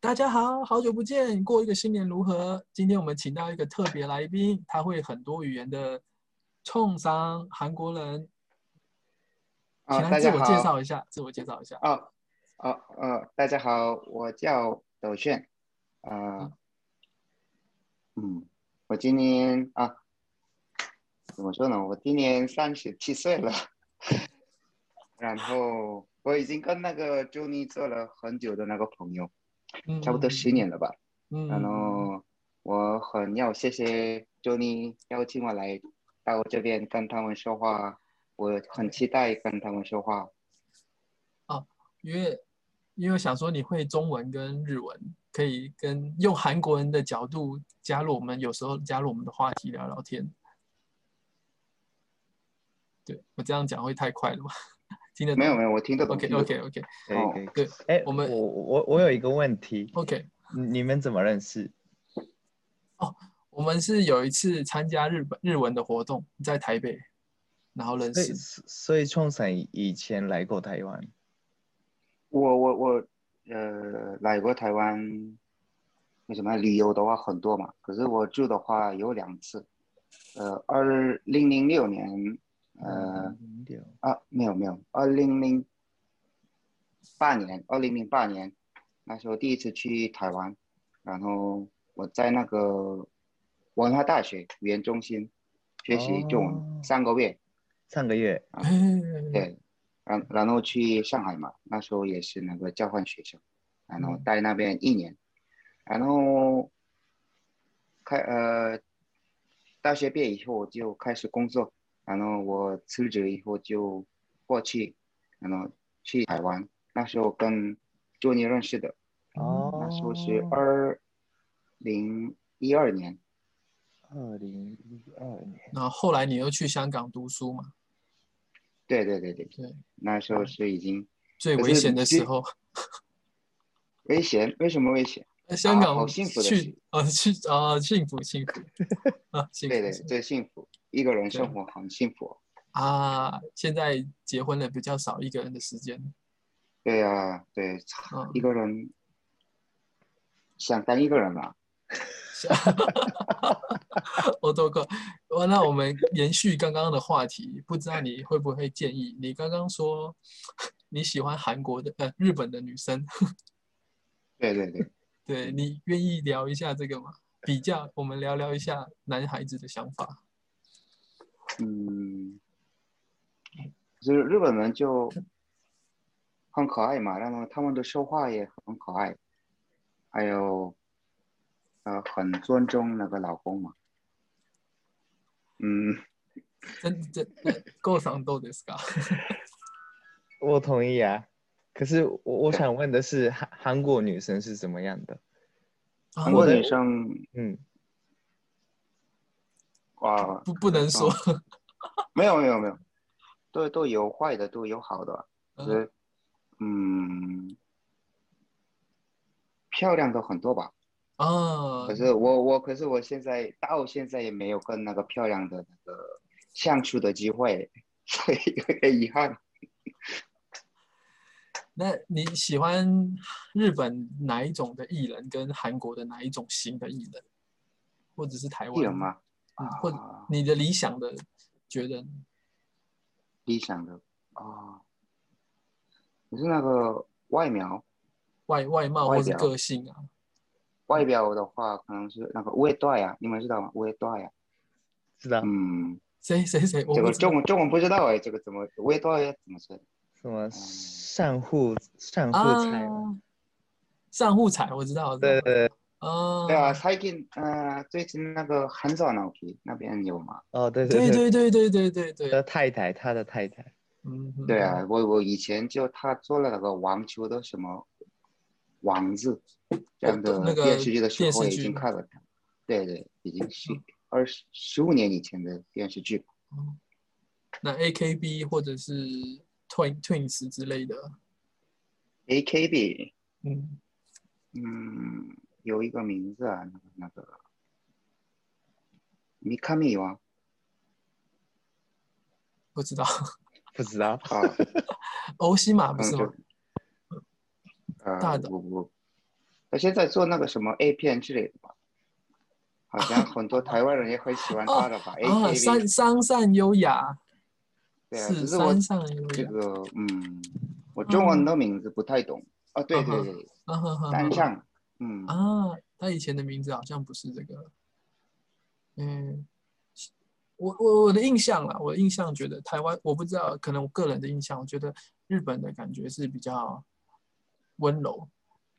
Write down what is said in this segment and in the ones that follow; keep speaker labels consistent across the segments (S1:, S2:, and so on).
S1: 大家好，好久不见，过一个新年如何？今天我们请到一个特别来宾，他会很多语言的冲商韩国人，
S2: 啊、
S1: 请
S2: 大
S1: 他自
S2: 家
S1: 我
S2: 好。
S1: 介绍一下，自我介绍一下。
S2: 哦，哦，哦，大家好，我叫斗炫，啊、嗯，我今年啊，怎么说呢？我今年三十七岁了， 然后我已经跟那个 j o n y 做了很久的那个朋友，
S1: 嗯，
S2: 差不多十年了吧。
S1: 嗯。嗯，
S2: 然后我很要谢谢 j o n y 邀请我来到这边跟他们说话，我很期待跟他们说话。
S1: 因为因为我想说你会中文跟日文，可以跟用韩国人的角度加入我们，有时候加入我们的话题聊聊天。对我这样讲会太快了吗？ 听得
S2: 没有没有，我听得懂。
S1: OK
S2: 听得懂
S1: OK OK
S3: 可
S2: 哦
S3: 以可以。
S1: 对，
S3: 哎，
S1: 我们
S3: 我我我有一个问题，
S1: OK，
S3: 你你们怎么认识？
S1: 我们是有一次参加日本日文的活动，在台北，然后认
S3: 所以
S1: 识。
S3: 所以冲绳以前来过台湾，
S2: 我我我，呃，来过台湾，那什么旅游的话很多嘛，可是我住的话有两次，呃，二零零六年，呃
S3: 嗯，对
S2: 啊没有没有，二零零八年，二零零八年，那时候第一次去台湾，然后我在那个文化大学语言中心学习中
S3: 哦
S2: 文三个月，
S3: 上个月，
S1: 对，
S2: 对，然然后去上海嘛，那时候也是那个交换学生，然后
S1: 嗯
S2: 待那边一年，然后开呃大学毕业以后我就开始工作，然后我辞职以后就过去，然后去台湾，那时候跟周尼认识的，
S3: 哦，
S2: 那时候是二零一二年，
S3: 二零一二年，
S1: 然后后来你又去香港读书嘛？
S2: 对对对对，
S1: 对，
S2: 那时候是已经
S1: 最
S2: 可
S1: 危
S2: 是
S1: 险的
S2: 其
S1: 时候，
S2: 危险，为什么危险？
S1: 香港
S2: 啊好
S1: 去
S2: 幸福的事
S1: 啊去啊幸福 幸福啊幸福
S2: 对对，
S1: 幸福
S2: 最幸福，一个人
S1: 对
S2: 生活很幸福。
S1: 啊！现在结婚了比较少一个人的时间，
S2: 对呀、对，
S1: 嗯
S2: 一个人想当一个人嘛，
S1: 我都够。哇那我们延续刚刚的话题，不知道你会不会建议？你刚刚说 你喜欢韩国的呃日本的女生，
S2: 对对对，
S1: 对你愿意聊一下这个吗？比较，我们聊聊一下男孩子的想法。
S2: 嗯，就是日本人就很可爱嘛，然后他们的说话也很可爱，还有呃，很尊重那个老公嘛，嗯，
S1: 真真够上斗的 s
S3: 我同意啊。可是我我想问的是，韩韩国女生是怎么样的？
S1: 啊
S2: 韩，国
S3: 的
S2: 女生
S3: 嗯，
S2: 哇，
S1: 不不能说。
S2: 啊没有没有没有，都都有坏的，都有好的，
S1: 嗯
S2: 是，嗯，漂亮的很多吧。
S1: 啊
S2: 可，是我我可是我现在到现在也没有跟那个漂亮的那个相处的机会，所以有点遗憾。
S1: 那你喜欢日本哪一种的艺人，跟韩国的哪一种型的艺人，或者是台湾
S2: 艺人？吗？
S1: 嗯或者
S2: 啊
S1: 你的理想的觉得
S2: 理想的啊，你是那个外描
S1: 外外貌
S2: 外
S1: 或是
S2: 表
S1: 个性啊？
S2: 外表的话，可能是那个微段呀，你们知道吗？微段呀，
S3: 知道
S2: 嗯，
S1: 谁谁谁？我
S2: 这
S1: 不
S2: 个
S1: 知道
S2: 中文中文不知道哎，这个怎么微段呀？怎么说？
S3: 什么善护善护财吗？
S1: 啊，上户彩我知道，我知道
S3: 对对对，
S1: 啊，
S2: 对啊，最近呃，最近那个韩早脑皮那边有吗？
S3: 哦对
S1: 对
S3: 对，
S1: 对对对对对
S3: 他
S1: 对
S3: 的，太太，他的太太，
S1: 嗯，
S2: 啊对啊，我我以前就他做了那个网球的什么王子这样
S1: 哦那
S2: 的
S1: 个
S2: 电视剧的时
S1: 电视
S2: 候，我已
S1: 剧
S2: 经
S1: 吗
S2: 看了他。对对，已经十
S1: 嗯
S2: 二十十五年以前的电视剧。
S1: 那 AKB 或者是 Twin Twins 之类的，
S2: AKB，
S1: 嗯，
S2: 嗯，有一个名字啊，那个那个米卡米王
S1: 不知道
S3: 不知道。
S2: 啊，
S1: 欧西玛不
S2: 嗯
S1: 是
S2: 就
S1: 吗？
S2: 呃
S1: 大的
S2: 我我，我现在做那个什么 A 片之类的吧，好像很多台湾人也很喜欢他的吧？A 嗯
S1: 啊，
S2: K
S1: 山山上优雅，
S2: 对啊，只
S1: 是
S2: 是我
S1: 山上优
S2: 这
S1: 雅，
S2: 个嗯，我中文的名字不太懂啊。对对对，
S1: 啊哈哈哈
S2: 单向，嗯，
S1: 啊，他以前的名字好像不是这个，嗯，我我我的印象啦，我的印象觉得台湾，我不知道，可能我个人的印象，我觉得日本的感觉是比较温柔，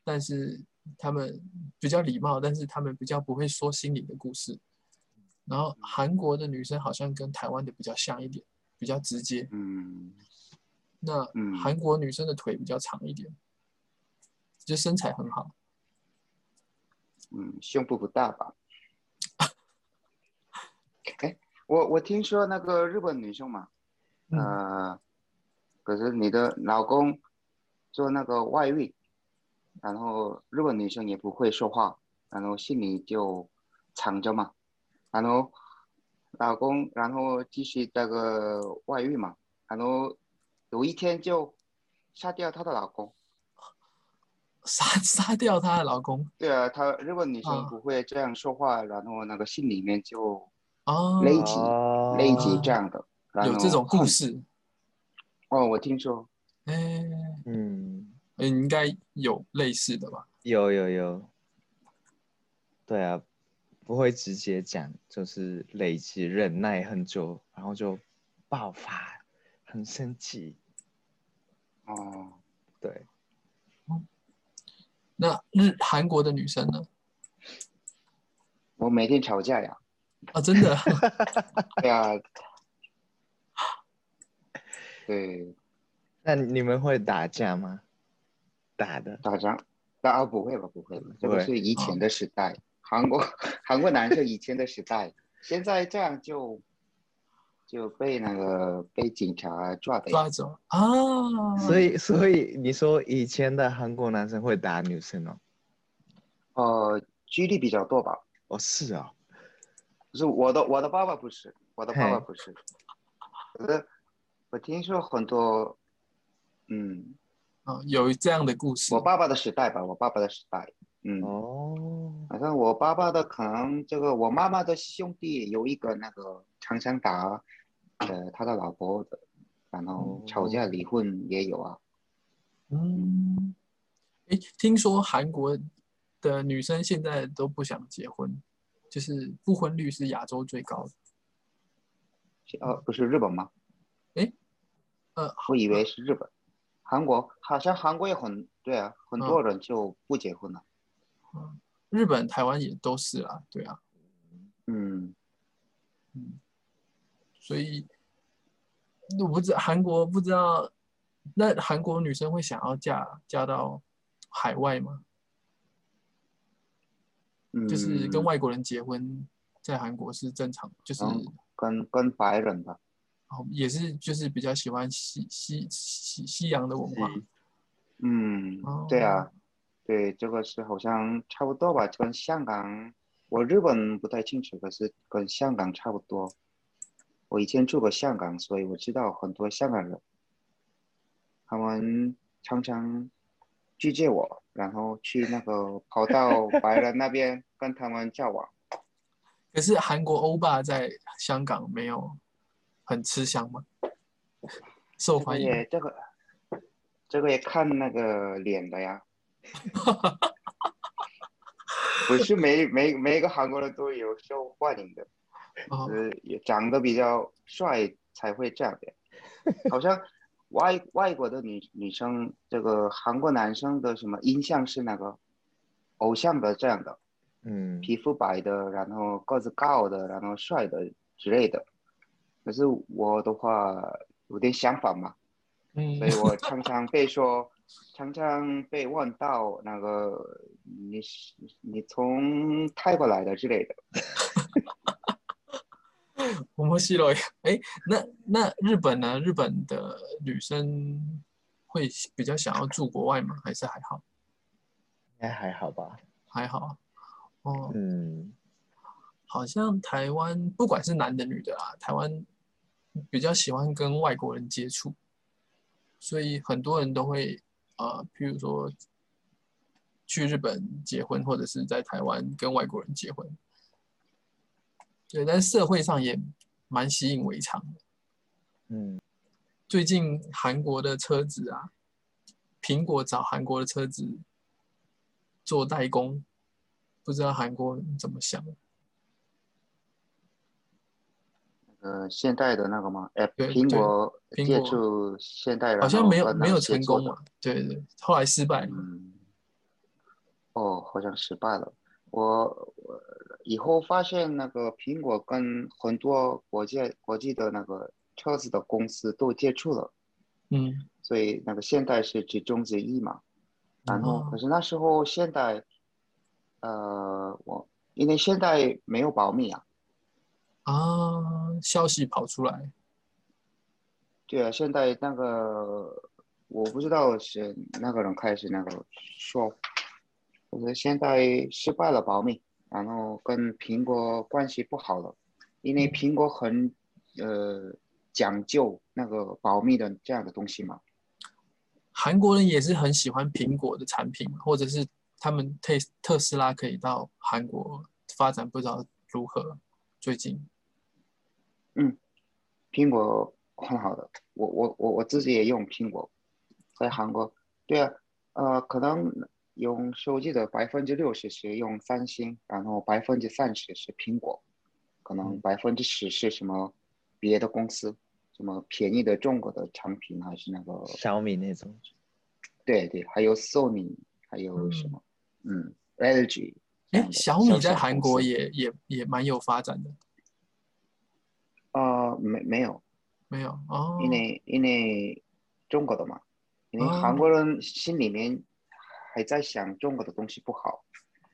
S1: 但是他们比较礼貌，但是他们比较不会说心里的故事。然后韩国的女生好像跟台湾的比较像一点，比较直接。
S2: 嗯
S1: 那
S2: 嗯
S1: 韩国女生的腿比较长一点，就身材很好。
S2: 嗯，胸部不大吧？哎，我我听说那个日本女生嘛，
S1: 嗯
S2: 呃，可是你的老公做那个外遇，然后日本女生也不会说话，然后心里就藏着嘛，然后老公然后继续那个外遇嘛，然后有一天就杀掉她的老公。
S1: 杀杀掉她的老公
S2: 对啊，她日本女生
S1: 啊
S2: 不会这样说话，然后那个心里面就
S1: 哦，
S2: 勒一起
S3: 哦，
S2: 勒结这样的。然后
S1: 有这种故
S2: 恨
S1: 事，
S2: 哦，我听说，
S1: 哎、
S3: 嗯，
S1: 你应该有类似的吧？
S3: 有有有，对啊，不会直接讲，就是累积忍耐很久，然后就爆发，很生气，
S2: 哦，
S3: 对，
S1: 那日韩国的女生呢？
S2: 我每天吵架呀。
S1: 啊，真的
S2: 对啊，对，
S3: 那你们会打架吗？打的，
S2: 打仗，打啊不会吧，不会吧，这个
S3: 不
S2: 是以
S1: 啊
S2: 前的时代，韩国 韩国男生以前的时代，现在这样就就被那个被警察抓的呀。
S1: 抓走啊，
S3: 所以所以你说以前的韩国男生会打女生哦？
S2: 呃，几率比较多吧。
S3: 哦，是哦，
S2: 不是我的，我的爸爸不是，我的爸爸
S3: 嘿
S2: 不是。可是我听说很多，嗯，
S1: 啊，有这样的故事
S2: 我爸爸的时代吧，我爸爸的时代，嗯，
S3: 哦，
S2: 好像我爸爸的可能这个我妈妈的兄弟有一个那个常常打，呃，他的老婆的，然后
S3: 哦
S2: 吵架离婚也有啊。
S1: 嗯，哎、听说韩国的女生现在都不想结婚，就是不婚率是亚洲最高的。
S2: 呃，不是日本吗？
S1: 诶呃，
S2: 我以为是日本，韩国好像韩国也很对啊，
S1: 嗯
S2: 很多人就不结婚了。
S1: 日本、台湾也都是啦，对啊，
S2: 嗯
S1: 所以我不知韩国不知道，那韩国女生会想要嫁嫁到海外吗？
S2: 嗯，
S1: 就是跟外国人结婚，在韩国是正常，就是、
S2: 嗯跟跟白人吧。
S1: 哦也是就是比较喜欢西西西西洋的文化
S3: 是
S2: 嗯
S1: 哦，
S2: 对啊，对，这个是好像差不多吧，跟香港，我日本不太清楚，可是跟香港差不多。我以前住过香港，所以我知道很多香港人，他们常常拒绝我，然后去那个跑到白人那边跟他们交往。
S1: 可是韩国欧巴在香港没有很吃香吗？受
S2: 这个
S1: 欢迎
S2: 也这个，这个也看那个脸 的呀。不是每每每个韩国人都有受欢迎的。
S1: 哦
S2: 呃，也长得比较帅才会这样的。好像外外国的女女生，这个韩国男生的什么印象是那个偶像的这样的，
S3: 嗯，
S2: 皮肤白的，然后个子高的，然后帅的之类的。可是我的话有点相反嘛，
S1: 嗯
S2: 所以我常常被说，常常被问到那个你是你从泰国来的之类的。
S1: 我们西罗，哎，那那日本呢？日本的女生会比较想要住国外吗？还是还好？
S3: 应该还好吧，
S1: 还好。哦，
S3: 嗯，
S1: 好像台湾不管是男的女的啊，台湾比较喜欢跟外国人接触，所以很多人都会呃，譬如说去日本结婚，或者是在台湾跟外国人结婚。对，但是社会上也蛮习以为常的。
S3: 嗯，
S1: 最近韩国的车子啊，苹果找韩国的车子做代工，不知道韩国人怎么想。
S2: 呃，现代的那个吗？哎，
S1: 对
S2: 苹果
S1: 对苹
S2: 借
S1: 果
S2: 助现代，
S1: 好像没有没有成
S2: 成
S1: 功啊
S2: 嘛。
S1: 嘛，对对，后来失败了。
S2: 嗯，哦，好像失败了。我我以后发现那个苹果跟很多国际国际的那个车子的公司都接触了，
S1: 嗯，
S2: 所以那个现代是其中之一嘛。然后
S1: 哦
S2: 可是那时候现代，呃，我因为现代没有保密啊，
S1: 啊，消息跑出来，
S2: 对啊，现在那个我不知道是那个人开始那个说，就是现在失败了保密，然后跟苹果关系不好了，因为苹果很呃讲究那个保密的这样的东西嘛。
S1: 韩国人也是很喜欢苹果的产品，或者是他们特特斯拉可以到韩国发展，不知道如何。最近，
S2: 苹果很好的，我我我我自己也用苹果，在韩国，对啊，呃，可能用手机的百分之六十是用三星，然后百分之三十是苹果，可
S1: 嗯
S2: 能百分之十是什么别的公司，什么便宜的中国的产品还是那个，
S3: 小米那种，
S2: 对对，还有 Sony，还有什么，嗯，LG，这
S1: 哎
S2: 样，的
S1: 小米
S2: 小
S1: 在
S2: 公
S1: 韩国
S2: 司
S1: 也也也蛮有发展的，
S2: 啊、没没有，
S1: 没有哦，
S2: 因为因为中国的嘛，因为
S1: 哦
S2: 韩国人心里面还在想中国的东西 不好，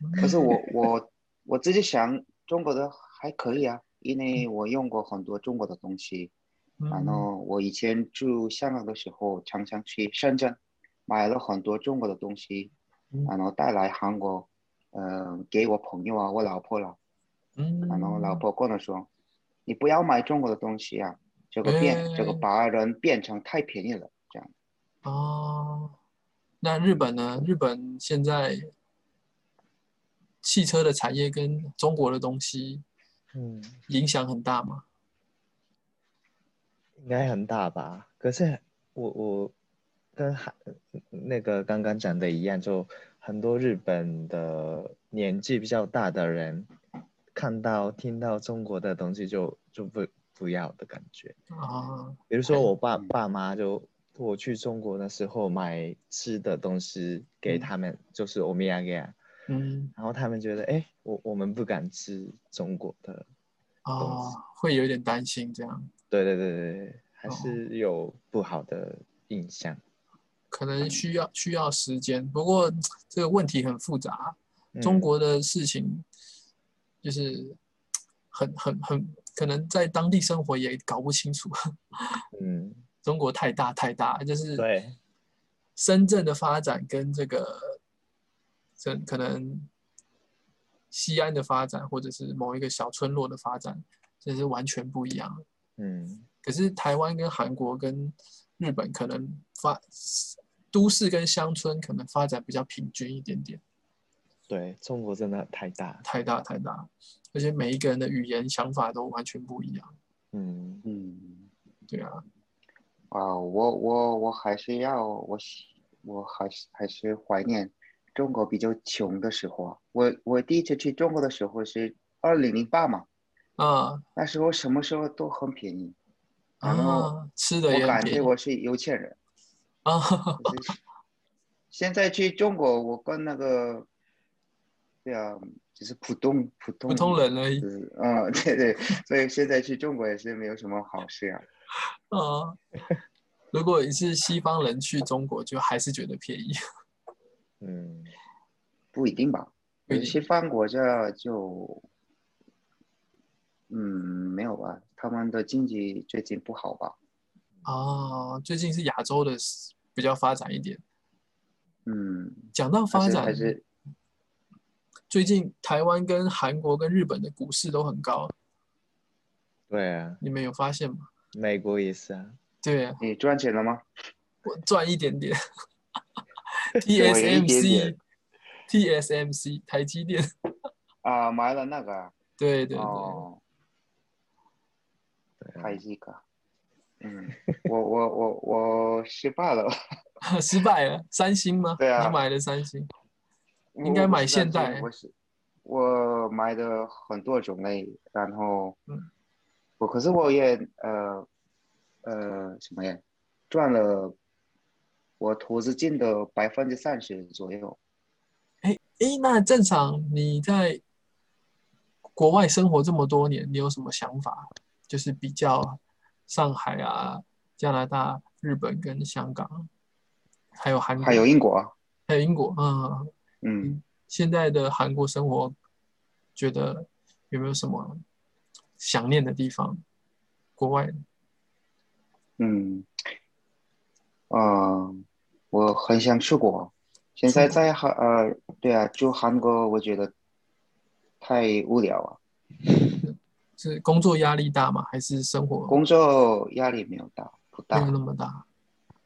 S1: 嗯
S2: 可是我我我自己想中国的还可以啊，因为我用过很多中国的东西，
S1: 嗯
S2: 然后我以前住香港的时候，常常去深圳买了很多中国的东西
S1: 嗯，
S2: 然后带来韩国，呃，给我朋友啊，我老婆了，
S1: 嗯，
S2: 然后我老婆跟我说，你不要买中国的东西啊，这个变这个
S1: 哎
S2: 把人变成太便宜了，这样。
S1: 哦，那日本呢？日本现在汽车的产业跟中国的东西
S3: 嗯，
S1: 影响很大嘛？
S3: 应该很大吧？可是我我跟韩那个刚刚讲的一样，就很多日本的年纪比较大的人，看到听到中国的东西就就不不要的感觉。
S1: 啊，
S3: 比如说我爸
S2: 嗯
S3: 爸妈就我去中国的时候买吃的东西给
S1: 嗯
S3: 他们，就是欧米茄啊，
S1: 嗯，
S3: 然后他们觉得哎，我我们不敢吃中国的，
S1: 啊，会有点担心这样，
S3: 对对对对对，还
S1: 哦
S3: 是有不好的印象。
S1: 可
S3: 嗯
S1: 能需要需要时间。不过这个问题很复杂，中
S3: 嗯
S1: 国的事情就是很很很可能在当地生活也搞不清楚，
S3: 嗯，
S1: 中国太大太大，就是
S3: 对，
S1: 深圳的发展跟这个，这可能西安的发展，或者是某一个小村落的发展，这是完全不一样的。
S3: 嗯
S1: 可是台湾跟韩国跟日本可能发都市跟乡村可能发展比较平均一点点，
S3: 对，中国真的太大，
S1: 太大太大，而且每一个人的语言想法都完全不一样。
S3: 嗯
S2: 嗯，
S1: 对啊，
S2: 啊，我我我还是要我喜我还是还是怀念中国比较穷的时候啊。我我第一次去中国的时候是二零零八嘛，
S1: 啊
S2: 那时候什么时候都很便宜，然后
S1: 啊，吃的
S2: 我
S1: 也很
S2: 感觉
S1: 便宜
S2: 我嗯是有钱人。
S1: 啊，哈哈
S2: 就是现在去中国，我跟那个，对啊，就是普通普通
S1: 普通，人而已
S2: 就是嗯， 对对，所以现在去中国也是没有什么好事啊。
S1: 啊。如果你是西方人去中国，就还是觉得便宜。
S3: 嗯，
S2: 不一定吧，
S1: 不一
S2: 有
S1: 定
S2: 些方国家就，嗯，没有吧，他们的经济最近不好吧，
S1: 哦，最近是亚洲的是比较发展一点。
S2: 嗯，
S1: 讲到
S2: 但
S1: 发
S2: 是
S1: 展
S2: 还，是
S1: 最近台湾跟韩国跟日本的股市都很高，
S3: 对啊，
S1: 你们有发现吗？
S3: 美国也是啊，
S1: 对啊，
S2: 你赚钱了吗？
S1: 我赚一点点
S2: 我有一点
S1: ，TSMC
S2: 点。
S1: TSMC 台积电，
S2: 啊，买了那个，
S1: 对对对，
S2: 哦，
S3: 对啊
S2: 还有一个，嗯，我我我我失败了，
S1: 失败了，三星吗？
S2: 对啊
S1: 你买了三星，
S2: 我
S1: 应该
S2: 我
S1: 买
S2: 不是
S1: 现
S2: 三星
S1: 代
S2: 我是我买的很多种类，然后，
S1: 嗯
S2: 我可是我也呃呃什么呀，赚了我投资进的百分之三十左右。
S1: 诶，那正常你在国外生活这么多年，你有什么想法？就是比较上海啊、加拿大、日本跟香港，还有韩国，
S2: 还有英国，
S1: 还有英国，嗯，
S2: 嗯，
S1: 现在的韩国生活，觉得有没有什么想念的地方？国外，
S2: 嗯，呃，我很想出国。现在
S1: 出国
S2: 在韩，呃，对啊，住韩国，我觉得太无聊啊了，
S1: 是工作压力大吗？还是生活
S2: 工作压力没有大，不
S1: 没
S2: 大，
S1: 有那么大？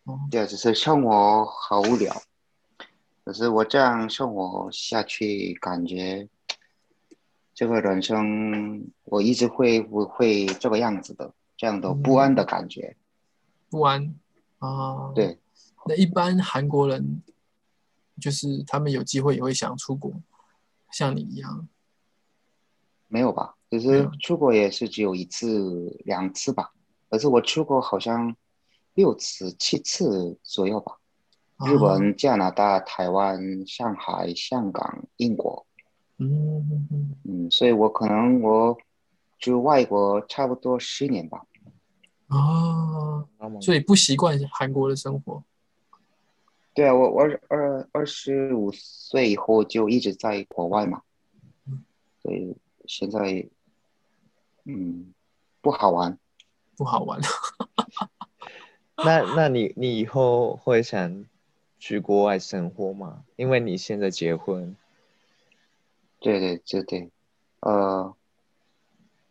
S1: 哦，
S2: 对啊，只是生活好无聊。可是我这样生活下去，感觉这个人生我一直会不会这个样子的，这样的不安的感觉。
S1: 不安啊，
S2: 对，
S1: 那一般韩国人，就是他们有机会也会想出国，像你一样。
S2: 没有吧？就
S1: 没
S2: 是
S1: 有
S2: 出国也是只有一次、两次吧，可是我出国好像六次、七次左右吧。日
S1: 啊，
S2: 本、加拿大、台湾、上海、香港、英国，
S1: 嗯嗯嗯，
S2: 嗯，所以我可能我住外国差不多十年吧。
S1: 啊，所以不习惯韩国的生活。
S2: 对啊，我我二二二十五岁以后就一直在国外嘛，所以现在嗯不好玩。
S1: 不好玩，
S3: 那那你你以后会想去国外生活吗？因为你现在结婚，
S2: 对对对对，呃，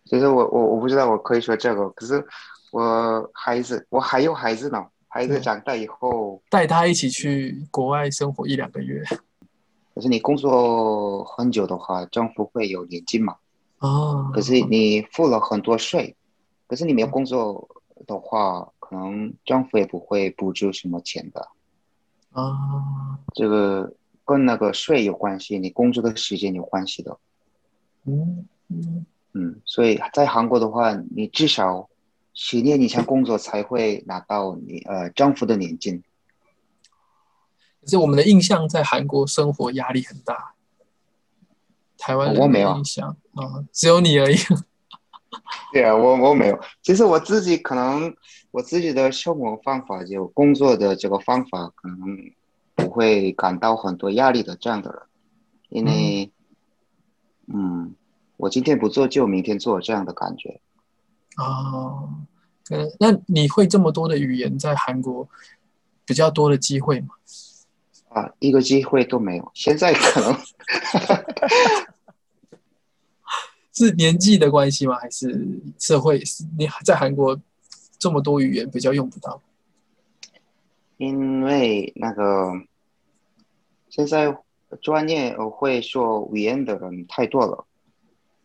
S2: 其实我我我不知道我可以说这个，可是我孩子我还有孩子呢，孩子
S1: 对
S2: 长大以后，
S1: 带他一起去国外生活一两个月
S2: 可是你工作很久的话，政府会有年金嘛，
S1: 啊。
S2: 可是你付了很多税，可是你没有工作的话，可能政府也不会补助什么钱的，
S1: 啊，
S2: 这个跟那个税有关系，你工作的时间有关系的。
S1: 嗯嗯，
S2: 嗯，所以在韩国的话，你至少十年以上工作才会拿到你呃政府的年金。
S1: 可是我们的印象在韩国生活压力很大，台湾
S2: 哦我
S1: 人的
S2: 没有
S1: 印象啊，只有你而已。
S2: 对啊，我我没有。其实我自己可能我自己的生活方法就工作的这个方法，可能不会感到很多压力的这样的人，因为嗯，我今天不做就明天做这样的感觉。
S1: 哦，可能那你会这么多的语言，在韩国比较多的机会嘛？
S2: 啊，一个机会都没有。现在可能
S1: 是年纪的关系吗？还是社会？是你在韩国这么多语言比较用不到？
S2: 因为那个现在专业呃会说语言的人太多了，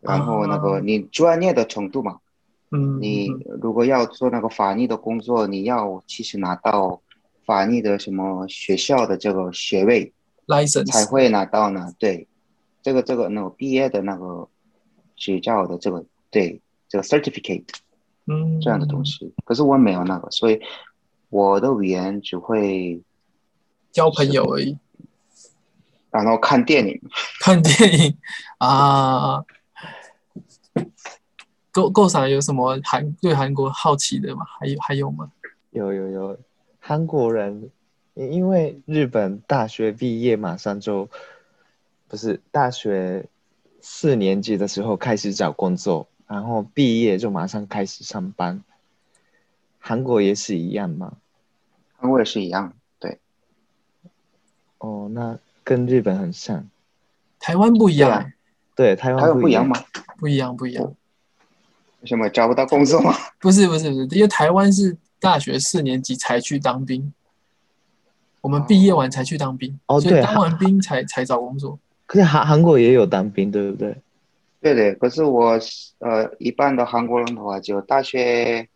S2: 然后那
S1: 啊
S2: 个你专业的程度嘛，
S1: 嗯，
S2: 你
S1: 嗯
S2: 如果要做那个法律的工作，你要其实拿到法律的什么学校的这个学位才
S1: license
S2: 会拿到呢？对，这个这个那个毕业的那个执照的这个对这个 certificate。
S1: 嗯
S2: 这样的东，西。可是我没有那个，所以我的语言只会
S1: 交朋友而已，
S2: 然后看电影。
S1: 看电影啊。够够上有什么韩对韩国好奇的吗？还有还有吗？
S3: 有有有，韩国人，因因为日本大学毕业马上就，不是大学四年级的时候开始找工作，然后毕业就马上开始上班。韩国也是一样嘛。
S2: 韩国也是一样，
S3: 哦，那跟日本很像。
S1: 台湾不一样、
S2: 对啊
S3: 对，台
S2: 台
S3: 湾
S2: 湾不一样
S3: 样？
S2: 吗？
S1: 不一样，不一样。
S2: 为什么找不到工作吗？
S1: 不是不是不是，因为台湾是大学四年级才去当兵，我们毕业完才去当兵，
S3: 哦
S1: 所以
S2: 啊
S3: 对
S1: 当
S3: 还
S1: 完兵才才找工作。
S3: 可是韩韩国也有当兵，对不对？
S2: 对的，可是我是呃，一般的韩国人的话，就大学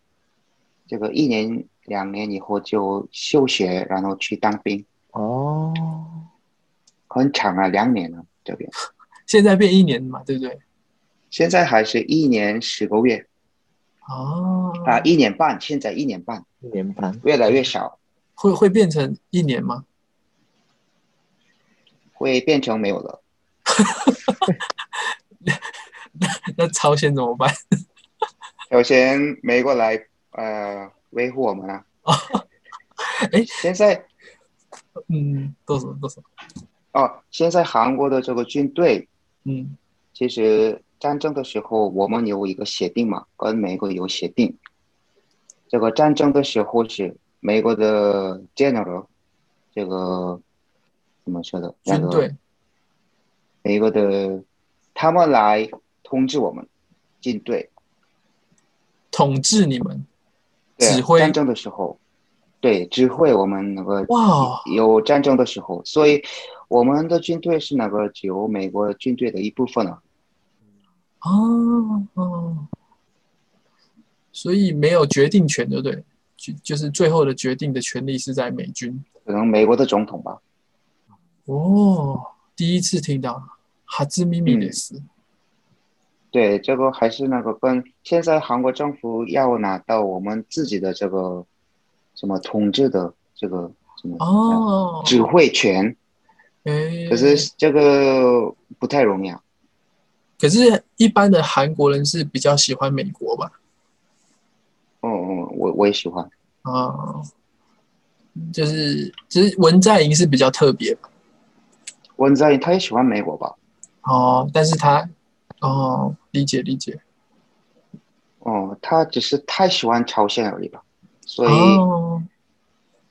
S2: 这个一年两年以后就休学，然后去当兵，
S3: 哦，
S2: 很长啊，两年了这边。
S1: 现在变一年嘛，对不对？
S2: 现在还是一年十个月
S1: 哦，
S2: 啊，一年半，现在一年半，
S3: 一年半，
S2: 越来越少，
S1: 会会变成一年吗？
S2: 会变成没有了。
S1: 那朝鲜怎么办？
S2: 首先，美国来呃维护我们啊。
S1: 哎
S2: 现在
S1: 嗯，多少多少，
S2: 哦，现在韩国的这个军队，
S1: 嗯
S2: 其实战争的时候我们有一个协定嘛，跟美国有协定。这个战争的时候是美国的 general，这个怎么说的？那
S1: 军
S2: 个
S1: 队
S2: 美国的，他们来统治我们，军队。
S1: 统治你们，
S2: 对啊
S1: 指挥
S2: 战争的时候，对指挥我们那个
S1: 哇哦
S2: 有战争的时候，所以我们的军队是那个只有美国军队的一部分了。
S1: 哦哦，所以没有决定权，对不对？就就是最后的决定的权利是在美军。
S2: 可能美国的总统吧，
S1: 哦，第一次听到哈兹咪咪的
S2: 嗯
S1: 事。
S2: 对这个还是那个跟现在韩国政府要拿到我们自己的这个什么统治的这个什么
S1: 哦，哎
S2: 指挥权，
S1: 诶
S2: 嗯可是这个不太容易啊。
S1: 可是，一般的韩国人是比较喜欢美国吧？
S2: 嗯嗯，我我也喜欢。
S1: 啊，就是只是文在寅是比较特别吧？
S2: 文在寅他也喜欢美国吧？
S1: 哦，但是他，哦，理解理解。
S2: 哦，他只是太喜欢朝鲜而已吧，所以。
S1: 哦，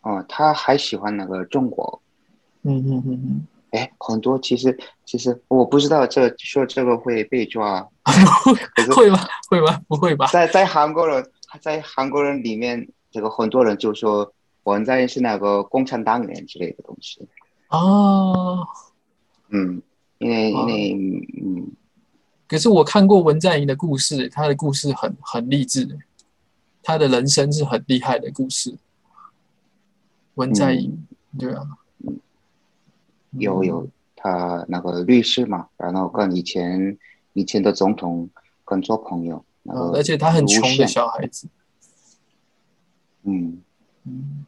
S2: 哦，他还喜欢那个中国，
S1: 嗯嗯嗯嗯，
S2: 哎，很多其实其实我不知道这说这个会被抓，可是
S1: 会吗？会吗？不会吧？
S2: 在在韩国人在韩国人里面，这个很多人就说文在寅是那个共产党员之类的东西，
S1: 哦，
S2: 嗯，因为
S1: 哦
S2: 因为嗯，
S1: 可是我看过文在寅的故事，他的故事很很励志，他的人生是很厉害的故事。文在寅，对啊，
S2: 嗯有有他那个律师嘛，然后跟以前以前的总统跟做朋友，那
S1: 嗯，
S2: 个
S1: 而且他很
S2: 卢
S1: 穷的
S2: 铉
S1: 小孩子。
S2: 嗯，
S1: 嗯，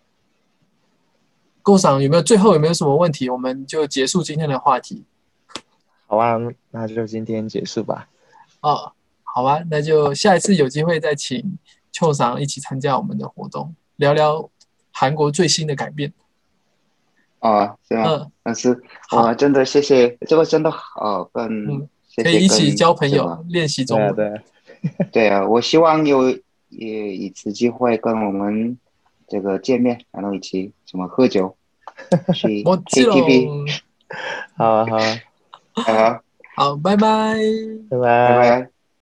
S1: 郭赏有没有最后有没有什么问题？我们就结束今天的话题
S3: 好啊，那就今天结束吧。
S1: 哦。好吧，那就下一次有机会再请邱赏一起参加我们的活动，聊聊韩国最新的改变。
S2: 啊，是吗？
S1: 嗯，
S2: 但是
S1: 好
S2: 啊，真的谢谢，这个真的好，跟
S1: 嗯
S2: 谢
S1: 可
S2: 谢
S1: 以一起
S2: 跟
S1: 交朋
S2: 这
S1: 友
S2: 个，
S1: 练习中
S3: 对啊，
S1: 文。
S3: 对啊，
S2: 对啊，我希望有也一次机会跟我们这个见面，然后一起什么喝酒，去
S1: 我知
S2: KTV
S1: 道。
S3: 好啊，好啊，
S2: 啊，
S1: 好，拜拜。
S3: 拜
S2: 拜
S3: 拜。
S2: 拜。